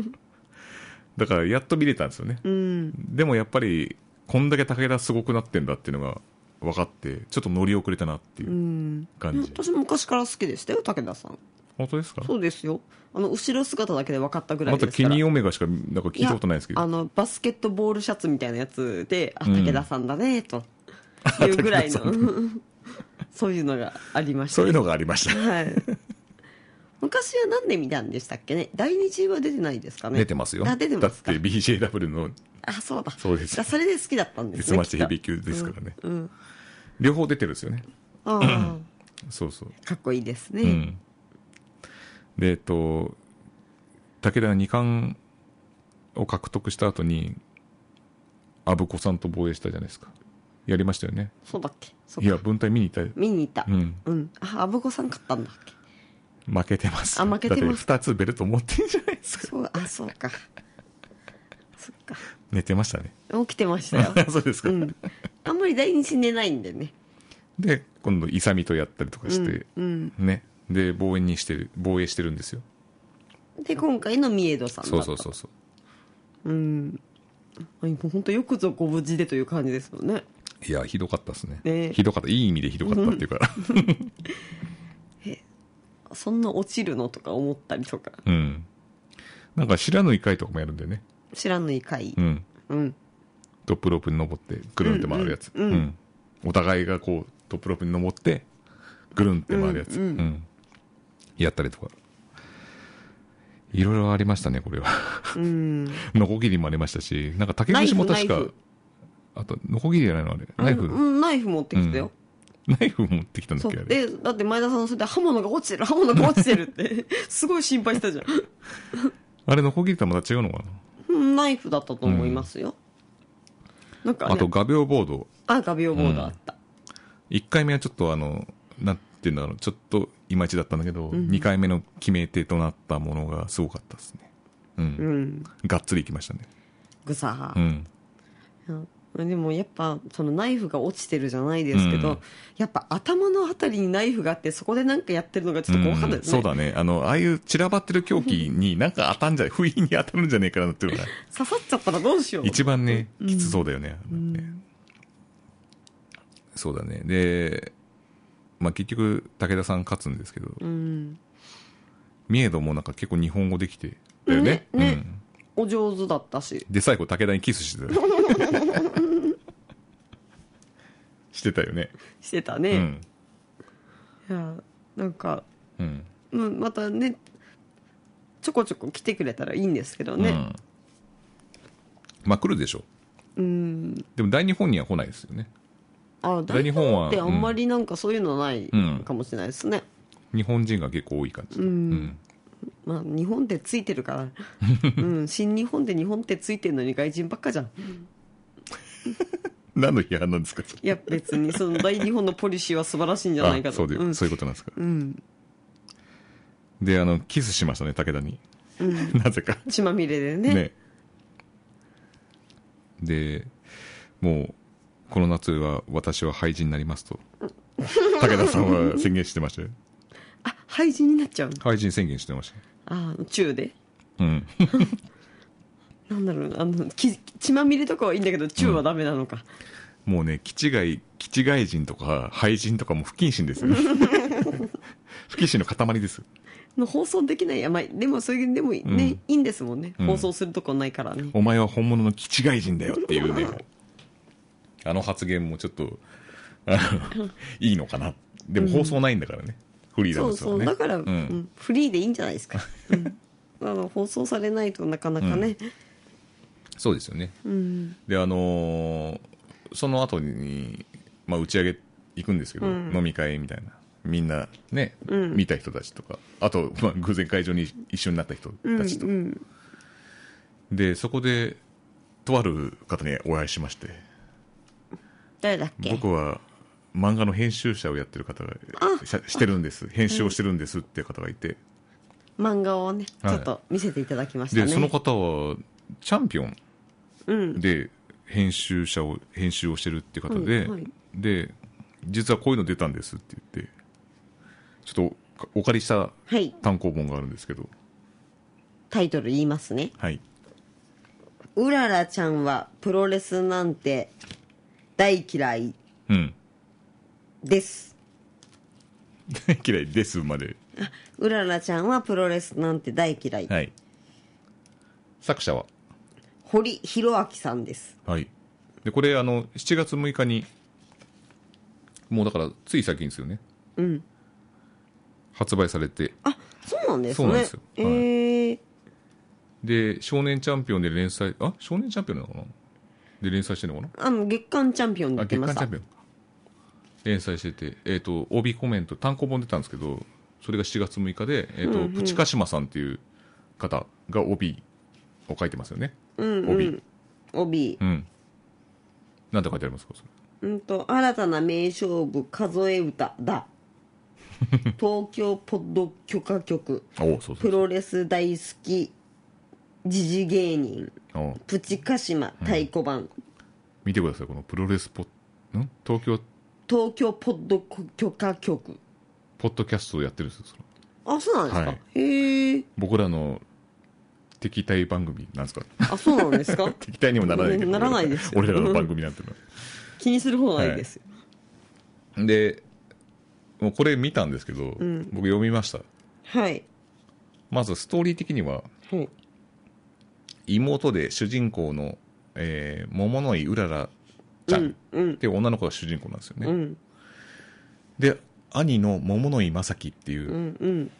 A: だからやっと見れたんですよね、
B: うん
A: でもやっぱりこんだけ武田すごくなってんだっていうのが分かってちょっと乗り遅れたなっていううん感じ、
B: 私昔から好きでしたよ武田さん
A: 本当ですか
B: そうですよあの後ろ姿だけで分かったぐらい
A: ま
B: です
A: た
B: から
A: ケニー・オメガしかなんか聞いたことないですけど
B: あのバスケットボールシャツみたいなやつであ
A: うん
B: 武田さんだ ねというぐらいの、 そういうのがありました
A: そうい
B: ね、
A: うのがありました。
B: はい昔は何で見たんでしたっけね第二次は出てないですかね
A: 出てますよ。
B: あ出てますか
A: だって BJW の
B: あそうだ
A: そうです
B: だそれで好きだったんで
A: デ
B: す
A: ス
B: ね
A: マッチ
B: きっ
A: ヘ
B: と
A: ビー級ですからね。
B: うん
A: 両方出てるんですよね。
B: ああ
A: そうそう。
B: かっこいいですね、
A: うん。で、えっと、武田が2冠を獲得した後に、阿部子さんと防衛したじゃないですか。やりましたよね。
B: そうだっけそ
A: いうや、
B: か
A: 分隊見に行ったよ。
B: 見に行った
A: うん、
B: ああぶこさん買ったんだっけ
A: 負けてます。
B: あ負けてます
A: だって2つベルト持ってんじゃ ないですか。
B: そうあそうかそっか
A: 寝てましたね。
B: 起きてました よ
A: そうですか。
B: うん、あんまり第二次寝ないんでね
A: で、今度、イサミとやったりとかして、
B: うん
A: ね。で、防衛にしてる、防衛してるんですよ。
B: で今回のミエドさんだ
A: そ
B: っ
A: う
B: た
A: そうそうそう。
B: うんあもう本当よくぞご無事でという感じですよね
A: いや、ひどかったですね。
B: ね
A: ひどかった。いい意味でひどかったっていうか。
B: そんな落ちるのとか思ったりとか
A: うん。なんか、白の回とかもやるんだよね。
B: 知らぬい回
A: うん。
B: うん
A: トップロープに登って、ぐるんって回るやつ。
B: うんうんうん
A: お互いがこう、トップロープに登って、ぐるんって回るやつ。
B: う
A: うんん、
B: うん
A: やったりとか。いろいろありましたね、これは。
B: うん
A: ノコギリもありましたし、なんか竹串も確
B: ナイフナ
A: か
B: イフ、
A: あと、ノコギリじゃないのあれ。ナイフ、
B: うんナイフ持ってきたよ、
A: ナイフ持ってきたんだ
B: そ
A: っけあ
B: う
A: れ。
B: でだって前田さんのそれで刃物が落ちてる刃物が落ちてるって すごい心配したじゃん
A: あれ、ノコギリとはまた違うのかな、
B: うんナイフだったと思いますよ、なんか、ね、
A: あと、画鋲ボード。
B: あ画鋲ボードあった、
A: 1回目はちょっとあの、なんていうんだろう、ちょっといまいちだったんだけど、2回目の決め手となったものがすごかったですね。うん。
B: うん、
A: がっつりいきましたね。
B: ぐさ
A: う、ん。
B: うんでもやっぱそのナイフが落ちてるじゃないですけど、
A: うん
B: やっぱ頭のあたりにナイフがあってそこでなんかやってるのがちょっと怖かった
A: うん
B: ですね、
A: そうだね。あの、ああいう散らばってる狂気になんか当たんじゃ、 不意に当たるんじゃねえかなっていうのが、
B: 刺さっちゃったらどうしよう
A: 一番ね、きつそうだよね。あのねそうだね。で、まあ結局、武田さん勝つんですけど、
B: うん
A: ミエドもなんか結構日本語できて、だよね。
B: ねね
A: うん
B: お上手だったし
A: で、最後、武田にキスしてたよ。 してたよね。
B: してた
A: う
B: ね、
A: ん。
B: いやなんか、
A: うん。
B: うん、またねちょこちょこ来てくれたらいいんですけど
A: う
B: ね
A: ん。まあ、来るでしょう。
B: うん、
A: でも、大日本には来ないですよね。
B: あ
A: 大
B: 大
A: 日
B: 日
A: 本
B: 本
A: は
B: ってあんまりなんかそういうのない
A: うん
B: かもしれないですね、
A: 日本人が結構多い感じ。うん。
B: まあ日本ってついてる から、うん、新日本で日本ってついてるのに外人ばっかじゃん
A: 何の批判なんですかそれ
B: いや別にその大日本のポリシーは素晴らしいんじゃないか
A: あ
B: と
A: そうで、
B: ん、
A: そういうことなんですか
B: うん
A: であのキスしましたね武田に、 なぜか
B: 血まみれでね
A: ねでもうこの夏は私は廃人になり ますと武田さんは宣言してましたよ
B: あ廃人になっちゃうの
A: 廃人宣言してまし
B: あ中で
A: たうん
B: なんだろうなあのき血まみれとかはいいんだけど中はダメなのか、
A: もうね気違い気違い人とか廃人とかも不謹慎 ですよ不謹慎の塊です
B: の放送できないや、まあ、でもそれでもね、
A: うん
B: いいんですもんね
A: うん
B: 放送するとこないからね、
A: お前は本物の気違い人だよっていうねあの発言もちょっとあのいいのかなでも放送ないんだからね、フリーダ
B: そ
A: ム
B: う
A: ス
B: そ
A: は
B: う、
A: ね
B: だから、
A: う
B: うんんフリーでいいんじゃな いですか、うん、あの放送されないとなかなかね
A: そうですよね
B: うん、
A: であのーその後に、まあ、打ち上げ行くんですけど、
B: うん
A: 飲み会みたいなみんなね、
B: うん
A: 見た人たちとかあと、まあ、偶然会場に一緒になった人
B: うん
A: たちと、
B: うん
A: でそこでとある方にお会いしまして
B: 誰だっけ
A: 僕は漫画の編集者をやってる方がししてるんです編集をしてるんですっていう方がいて、
B: 漫画をねち
A: はい
B: ょっと見せていただきましたね、
A: でその方はチャンピオン
B: うん
A: で編集者を編集をしてるっていう方で、
B: うんはい
A: で実はこういうの出たんですって言ってちょっとおお借りした
B: はい
A: 単行本があるんですけど
B: タイトル言いますね
A: はい
B: 「うららちゃんはプロレスなんて大嫌い
A: うん
B: です」
A: 大嫌いですまで
B: 「うららちゃんはプロレスなんて大嫌い」
A: はい作者は
B: 堀弘明さんです
A: はいでこれあの7月6日にもうだからつい最近ですよね
B: うん
A: 発売されて
B: あそうなんです
A: そ
B: ね
A: うなんですよ
B: え
A: はい
B: ー
A: で少年チャンピオンで連載あ少年チャンピオンなのかなで連載してるのかな
B: あの月間チャンピオンに
A: あ
B: 出て
A: 月
B: ま
A: 刊
B: し
A: チャン
B: た
A: ピオンか連載してて、えっと帯コメント単行本出たんですけどそれが7月6日で、えっとプチカシマさんっていう方が帯を書いてますよね、
B: うん
A: 帯、
B: 帯
A: うん、なんて書いてありますかそれ
B: うんと新たな名勝負数え歌 だ東京ポッド許可局
A: おうそうそ
B: プ
A: うそう
B: ロレス大好き時事芸人
A: おう
B: プチ鹿島太鼓判、
A: 見てくださいこのプロレスポッん東京
B: 東京ポッド許可局
A: ポッドキャストをやってるんですよその
B: あそうなんですか、
A: はい
B: へえ
A: 僕らの敵対番組なんですか
B: あそうなんですか
A: 敵対にもならないけど
B: ならないですよ
A: 俺らの番組なんてのは
B: 気にする方ないですよ、
A: でもうこれ見たんですけど、
B: ん
A: 僕読みました
B: はい
A: まずストーリー的には
B: はい
A: 妹で主人公の、えー桃の井うららち
B: う
A: ゃんっ
B: んうん
A: ていう女の子が主人公なんですよね、
B: うん
A: で兄の桃の井正樹っていううん
B: うん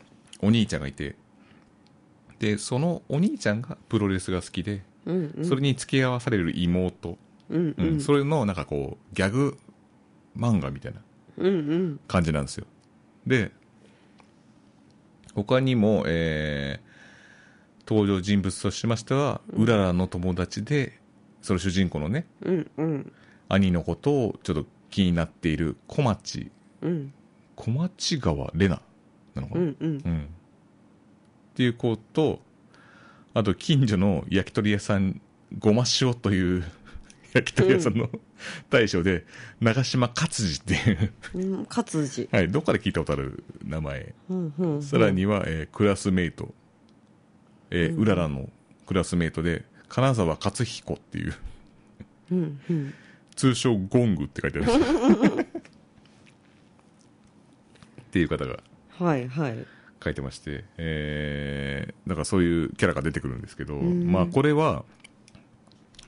A: お兄ちゃんがいてでそのお兄ちゃんがプロレスが好きで
B: うんうん
A: それに付き合わされる妹、
B: うん
A: うんそれのなんかこうギャグ漫画みたいな
B: うんうん
A: 感じなんですよで他にも、えー登場人物としましては、うららの友達でその主人公のね
B: うんうん
A: 兄のことをちょっと気になっている小町
B: うん
A: 小町川玲奈なのか
B: う
A: な、
B: んうん
A: うんっていう子とあと近所の焼き鳥屋さんごま塩という 焼き鳥屋さんの大将で、長島勝治っていう、
B: うん勝地
A: はい、どっかで聞いたことある名前
B: うんうん
A: さらには、えークラスメイト、えーうららのクラスメイトで、金沢勝彦っていう、
B: うんうん
A: 通称ゴングって書いてある。 っていう方が
B: はいはい
A: 書いてまして、えー、だからそういうキャラが出てくるんですけど、まあこれは、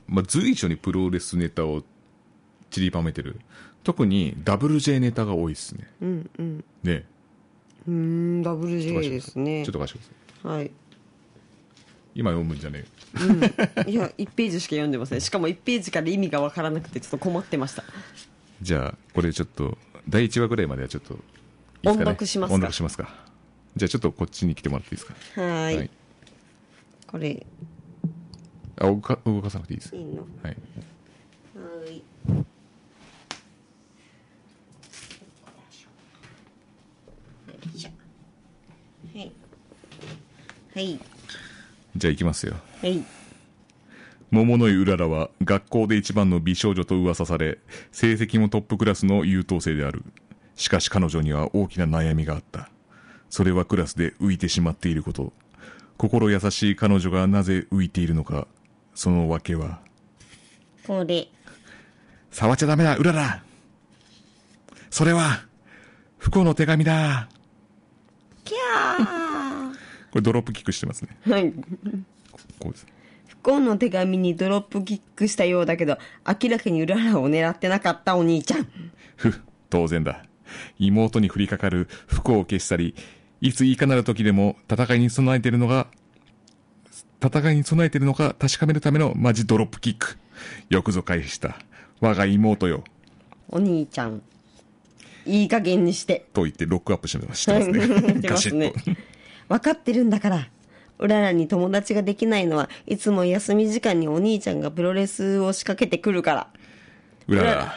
A: まあ随所にプロレスネタを散りばめてる。特に WJ ネタが多いですね。
B: うんうん
A: ね。
B: うーん WJ ですね
A: ちょっと貸してください。
B: はい
A: 今読むんじゃねえよ。
B: いや1ページしか読んでませんしかも1ページから意味が分からなくてちょっと困ってました
A: じゃあ、これちょっと、第1話ぐらいまではちょっと、いいですかね
B: 音読しますか
A: 音読しますか。じゃあちょっとこっちに来てもらっていいですか。
B: はーい
A: はい
B: これ
A: あ動か動かさなくていいです。
B: いいの
A: はい。
B: はーいはい
A: じゃあ行きますよ。
B: はい
A: 桃の井うららは学校で一番の美少女と噂され、成績もトップクラスの優等生である。しかし彼女には大きな悩みがあった。それはクラスで浮いてしまっていること。心優しい彼女がなぜ浮いているのか、その訳は。
B: これ
A: 触っちゃダメだ、うららそれは、不幸の手紙だ
B: キャ
A: これドロップキックしてますね。
B: ーはい
A: こうです。
B: 不幸の手紙にドロップキックしたようだけど明らかにうららを狙ってなかったお兄ちゃん
A: ふ、当然だ。妹に降りかかる不幸を消したり、いついかなる時でも戦いに備えているのが、戦いに備えているのか確かめるためのマジドロップキック。よくぞ回避した。我が妹よ。
B: お兄ちゃんいい加減にして
A: と言ってロックアップしてますね。
B: て
A: ガ
B: ま
A: シ
B: す
A: ッ
B: ね
A: と。
B: 分かってるんだからうららに友達ができないのはいつも休み時間にお兄ちゃんがプロレスを仕掛けてくるから
A: うらら、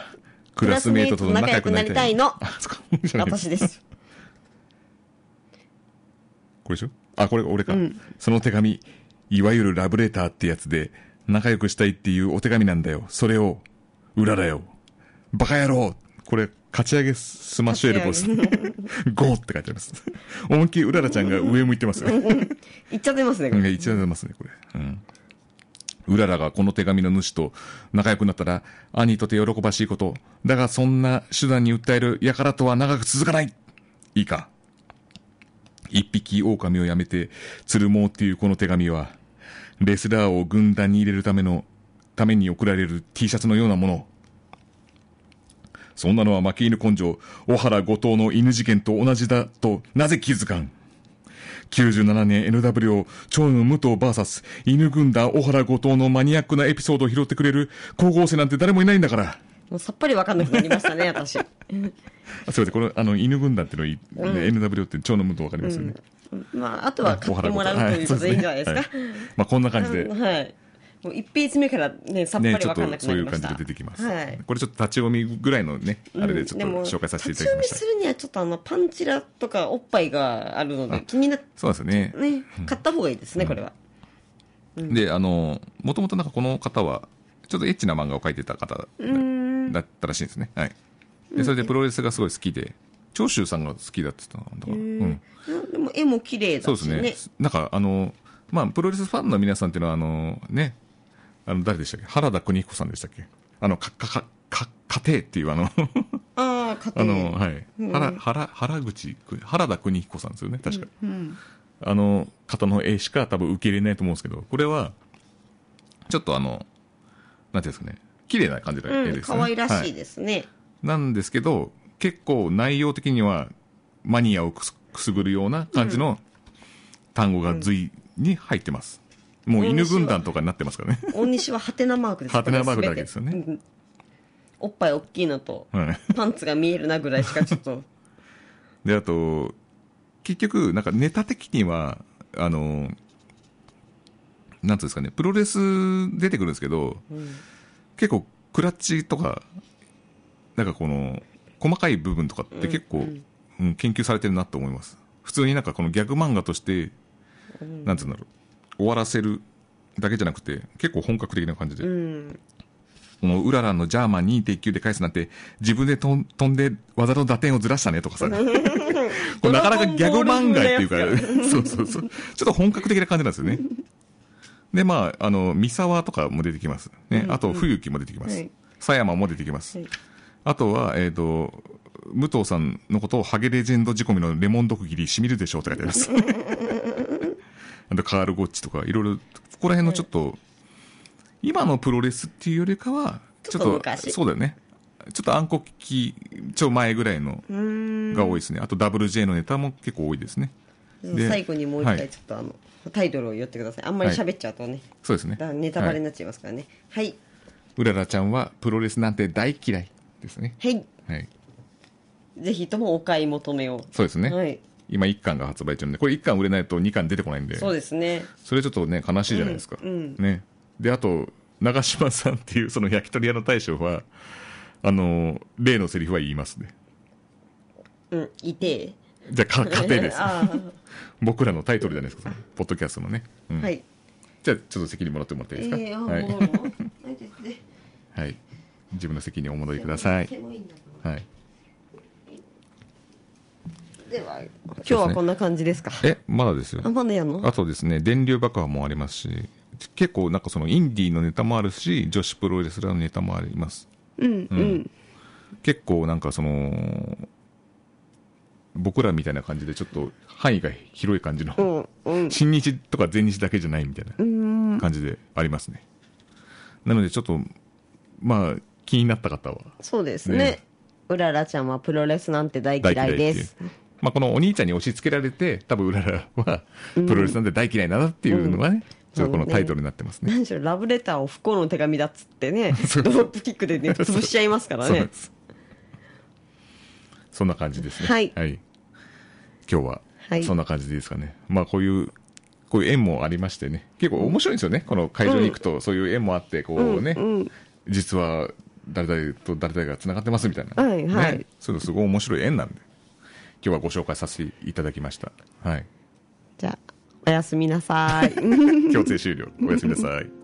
A: クラスメイトと仲良くなりたい
B: 仲良くなりたいの
A: あ、そっか。じゃない
B: 私です
A: これでしょあ、これ俺か、その手紙、いわゆるラブレターってやつで、仲良くしたいっていうお手紙なんだよ。それを、裏だよ。バカ野郎これ、勝ち上げスマッシュエルボーです。 ゴーって書いてあります。思いっきりうららちゃんが上向いてますね。
B: 言っちゃってますねこ
A: い
B: れ
A: や一応出ますね、これ。うん。うららがこの手紙の主と仲良くなったら、兄にとて喜ばしいこと。だが、そんな手段に訴える輩とは長く続かないいいか。一匹狼をやめて、鶴毛っていうこの手紙は、レスラーを軍団に入れるための、ために送られる T シャツのようなもの。そんなのは負け犬根性、小原後藤の犬事件と同じだと、なぜ気づかん97年 NW を長野武藤 VS 犬軍団小原後藤のマニアックなエピソードを拾ってくれる高校生なんて誰もいないんだから。
B: もうさっぱり分かんなくなりましたね私
A: あすいません、このあの犬軍団っていうのい、ね NW って長野武藤わかりますよね。
B: まああとは買ってもらうということでいいんじゃないですか、
A: はそうねはいまあこんな感じで。
B: うんはいもう1ページ目からねさっぱり
A: ね、ち
B: 分
A: ょっ
B: かん
A: と
B: なく
A: そ
B: な
A: うい
B: り
A: う
B: ま
A: 感
B: した
A: じで出てきます、
B: はい
A: これちょっと立ち読みぐらいのね、あれでちょっと
B: うんも
A: 紹介させていただきました
B: 立ち。読みするにはちょっとあのパンチラとかおっぱいがあるので気になって
A: そうなんですよね。
B: ね買った方がいいですねこれは、
A: で、あの、もともとなんかこの方は、ちょっとエッチな漫画を描いてた方だったらしいんですね。はい。で、それでプロレスがすごい好きで、長州さんが好きだって言ってたのだから。うん。
B: でも絵も綺麗
A: そう
B: だ
A: で
B: し
A: すね
B: ね。
A: なんか、あの、まあ、プロレスファンの皆さんっていうのは、あの、ね、あの、誰でしたっけ原田邦彦さんでしたっけあの、か、か、か、か、家庭っていうあの、
B: あ
A: あ
B: あ家庭
A: の、はい。原、原、原口く、原田邦彦さんですよね、確か。あの方の絵しか多分受け入れないと思うんですけど、これは、ちょっとあの、なんていうんですかね、綺麗な感じの絵
B: う
A: です
B: ん
A: ね。
B: 可愛ら
A: は
B: しいですね、
A: なんですけど、結構内容的にはマニアをくすくすぐるような感じの単語が随に入ってます。もう犬軍団とかになってますからね。
B: 大西はハテナマークです
A: ハテナマークだらけですよね
B: 全てうんおっぱい大きいのと
A: はい
B: パンツが見えるなぐらいしかちょっと
A: で、あと、結局、なんかネタ的には、あの、なんていうんですかね、プロレス出てくるんですけど、結構クラッチとか、なんかこの、細かい部分とかって結構、うん研究されてるなと思います。普通になんかこのギャグ漫画として、なんていうんだろう、終わらせるだけじゃなくて、結構本格的な感じで、このうららのジャーマン2.9で返すなんて、自分でとん飛んで技の打点をずらしたねとか さ、これなかなかギャグ漫画っていうか、そうそうそう。ちょっと本格的な感じなんですよね。で、まあ、あの、三沢とかも出てきます。ね。あと、冬木も出てきま
B: は
A: す
B: い。
A: 狭山も出てきます
B: はい。
A: あとは、えっと、武藤さんのことをハゲレジェンド仕込みのレモン毒斬りしみるでしょうって書いてあります。 あと、カールゴッチとか、いろいろ、ここら辺のちょっと、今のプロレスっていうよりかは、
B: ちょっと昔
A: そうだよね。ちょっと暗黒期、ちょ前ぐらいのが多いですね。あと WJ のネタも結構多いですね。 で
B: 最後にもう一回
A: はい
B: ちょっとあの、タイトルを言ってくださいあんまり喋っちゃうとね、
A: そうですね。
B: だネタバレに
A: はい
B: なっちゃいますからねはい、
A: うららちゃんはプロレスなんて大嫌いですね。
B: はい
A: はい。
B: ぜひともお買い求めを
A: そうですね。
B: はい
A: 今1巻が発売中なんで、これ1巻売れないと2巻出てこないんで、
B: そうですね
A: それちょっとね、悲しいじゃないですか。ね。で、あと、長嶋さんっていうその焼き鳥屋の大将は、あの、例のセリフは言いますね。
B: うんいてえ。
A: じゃあ、か家庭です
B: あ
A: 僕らのタイトルじゃないですか、そのポッドキャストのね。う
B: あ
A: ん
B: はい。
A: じゃあ、ちょっと責任もらってもらっていいです
B: ええ
A: か。
B: あ、
A: はい
B: もう。ないですね。
A: はい。自分の責任をお戻りください。
B: 煙んだか
A: はい。
B: らでは、今日はこんな感じですか。
A: え、まだですよ
B: あ、。まだやんの
A: あとですね、電流爆破もありますし、結構なんかそのインディーのネタもあるし、女子プロレスラーのネタもあります。
B: うん、うん。
A: 結構なんかその、僕らみたいな感じでちょっと範囲が広い感じの、
B: うん、うん。
A: 新日とか全日だけじゃないみたいな感じでありますね。なのでちょっと、まあ、気になった方は、
B: そうですね
A: ね。
B: うららちゃんはプロレスなんて大
A: 大
B: 嫌
A: 嫌い
B: い
A: って
B: で
A: いう
B: す。。
A: まあ、このお兄ちゃんに押し付けられて、多分うららは、プロレスなんて大嫌いだなっていうのがね、ちょっとこのタイトルになってますね。
B: 何しろラブレターを不幸の手紙だっつってね
A: そう
B: ドロップキックでね潰しちゃいますから
A: そうなん
B: ね
A: です。そんな感じですね。
B: はい
A: 今日は
B: はい、
A: そんな感じでいいですかね。まあ、こういう、こういう縁もありましてね。結構面白いんですよね。この会場に行くと、そういう縁もあって、こうね、実は誰々と誰々が繋がってますみたいな。
B: はいはい
A: ねそういうのすごい面白い縁なんで。今日はご紹介させていただきました。はい。
B: じゃあおやすみなさい
A: 強制終了。おやすみなさい。